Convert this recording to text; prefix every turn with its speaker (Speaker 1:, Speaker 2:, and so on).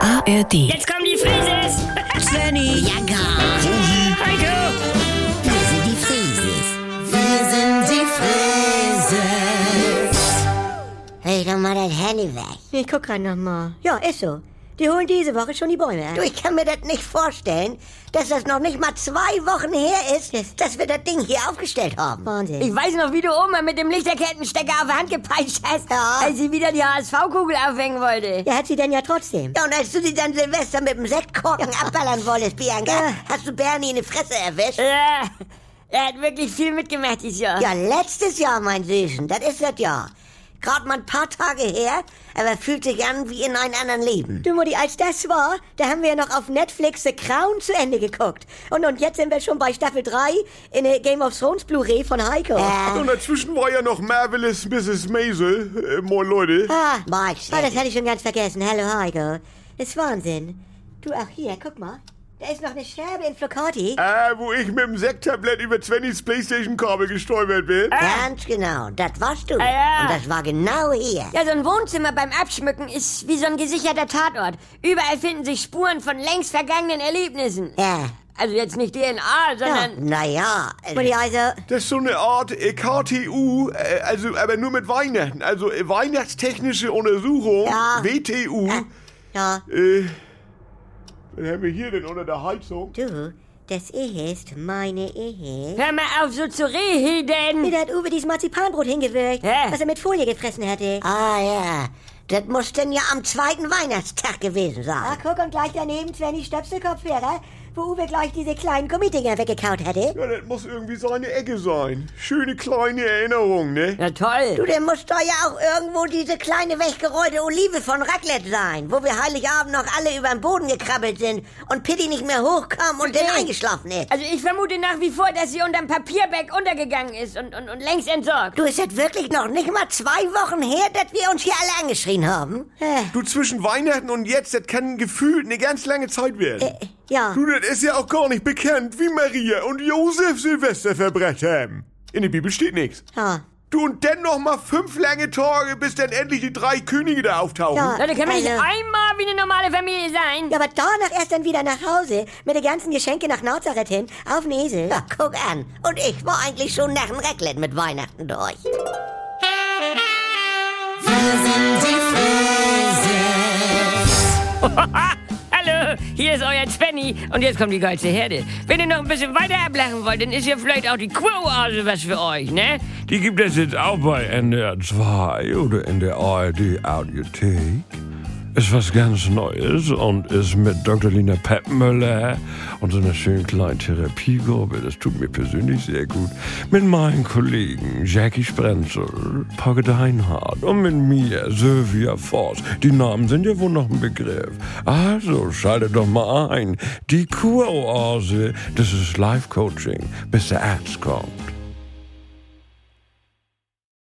Speaker 1: ARD.
Speaker 2: Jetzt kommen die Frises!
Speaker 3: Svenny,
Speaker 4: Ja, gar.
Speaker 2: Heiko!
Speaker 4: Wir sind die Frieses. Wir sind die Frieses. Hey, doch mal das Handy weg.
Speaker 3: ich guck grad noch mal. Ja, ist so. Die holen diese Woche schon die Bäume
Speaker 4: Du,
Speaker 3: an.
Speaker 4: ich kann mir das nicht vorstellen, dass das noch nicht mal zwei Wochen her ist, dass wir das Ding hier aufgestellt haben.
Speaker 3: Wahnsinn.
Speaker 5: Ich weiß noch, wie du Oma mit dem Lichterkettenstecker auf der Hand gepeitscht hast,
Speaker 4: Ja.
Speaker 5: als sie wieder die HSV-Kugel aufhängen wollte.
Speaker 3: Der hat sie denn ja trotzdem.
Speaker 4: Ja, und als du die dann Silvester mit dem Sektkorken abballern wolltest, Bianca, hast du Bernie in die Fresse erwischt.
Speaker 5: Ja. Er hat wirklich viel mitgemacht dieses Jahr.
Speaker 4: Ja, letztes Jahr, mein Süßen, das ist das Jahr. Gerade mal ein paar Tage her, aber fühlt sich an wie in einem anderen Leben.
Speaker 3: Du Mutti, als das war, da haben wir ja noch auf Netflix The Crown zu Ende geguckt. Und, und jetzt sind wir schon bei Staffel 3 in der Game of Thrones Blu-ray von Heiko.
Speaker 4: Äh,
Speaker 6: Und dazwischen war ja noch Marvelous Mrs. Maisel. Äh, moin Leute.
Speaker 3: Ah,
Speaker 4: Mike,
Speaker 3: ah, das hatte ich schon ganz vergessen. Hallo Heiko. Ist Wahnsinn. Du, auch hier, guck mal. Da ist noch eine Scherbe in Flocati.
Speaker 6: Ah, wo ich mit dem Sekttablett über Svennys Playstation-Kabel gestolpert bin.
Speaker 4: Ganz genau, das warst du.
Speaker 5: ja.
Speaker 4: Und das war genau hier.
Speaker 5: Ja, so ein Wohnzimmer beim Abschmücken ist wie so ein gesicherter Tatort. Überall finden sich Spuren von längst vergangenen Erlebnissen.
Speaker 4: Ja.
Speaker 5: Also jetzt nicht DNA, sondern...
Speaker 4: Naja,
Speaker 3: Mutti,
Speaker 4: äh,
Speaker 3: also,
Speaker 6: Das ist so eine Art äh, KTU, äh, also aber nur mit Weihnachten. Also äh, Weihnachtstechnische Untersuchung,
Speaker 4: Ja.
Speaker 6: WTU.
Speaker 3: hm? ja,
Speaker 6: Äh, was haben wir hier denn unter der Heizung?
Speaker 3: du, das ist meine Ehe.
Speaker 5: Hör mal auf, so zu reden.
Speaker 3: Wieder hat Uwe dieses Marzipanbrot hingewürgt,
Speaker 5: Hä?
Speaker 3: was er mit Folie gefressen hätte.
Speaker 4: ah ja, das muss denn ja am zweiten Weihnachtstag gewesen
Speaker 3: Ah,
Speaker 4: sein.
Speaker 3: guck, und gleich daneben Svenny Stöpselkopfhörer, wo Uwe gleich diese kleinen Gummidinger weggekaut hätte.
Speaker 6: Ja, das muss irgendwie seine Ecke sein. Schöne kleine Erinnerung, ne?
Speaker 5: Ja, toll.
Speaker 4: Du, der muss doch ja auch irgendwo diese kleine weggerollte Olive von Raclette sein, wo wir Heiligabend noch alle über den Boden gekrabbelt sind und Pitti nicht mehr hochkam und dann
Speaker 5: Nee.
Speaker 4: eingeschlafen ist.
Speaker 5: Also ich vermute nach wie vor, dass sie unterm Papierberg untergegangen ist und, und, und längst entsorgt.
Speaker 4: Du, ist das wirklich noch nicht mal zwei Wochen her, dass wir uns hier alle angeschrien haben?
Speaker 3: Äh,
Speaker 6: Du, zwischen Weihnachten und jetzt, das kann gefühlt eine ganz lange Zeit werden.
Speaker 4: Äh,
Speaker 3: Ja,
Speaker 6: Du, das ist ja auch gar nicht bekannt, wie Maria und Josef Silvester verbrannt haben. In der Bibel steht nichts.
Speaker 3: ja.
Speaker 6: Du, und dann noch mal fünf lange Tage, bis dann endlich die drei Könige da auftauchen.
Speaker 3: Ja.
Speaker 5: Leute, können wir nicht
Speaker 3: Also-
Speaker 5: einmal wie eine normale Familie sein?
Speaker 3: Ja, aber danach erst dann wieder nach Hause, mit den ganzen Geschenke nach Nazareth hin, auf den Esel.
Speaker 4: Ja, guck an. Und ich war eigentlich schon nach dem Raclette mit Weihnachten durch.
Speaker 5: Hallo, hier ist euer Svenny und jetzt kommt die geilste Herde. Wenn ihr noch ein bisschen weiter ablachen wollt, dann ist ja vielleicht auch die Quo-Ase was für euch, ne?
Speaker 7: Die gibt es jetzt auch bei NDR 2 oder in der ARD Audiothek. Ist was ganz Neues und ist mit Dr. Lina Peppmüller und so einer schönen kleinen Therapiegruppe, das tut mir persönlich sehr gut, mit meinen Kollegen Jackie Sprenzel, Pogge Deinhardt und mit mir, Sylvia Voss. Die Namen sind ja wohl noch ein Begriff. Also schaltet doch mal ein. Die Kuroase, das ist Life-Coaching, bis der Arzt kommt.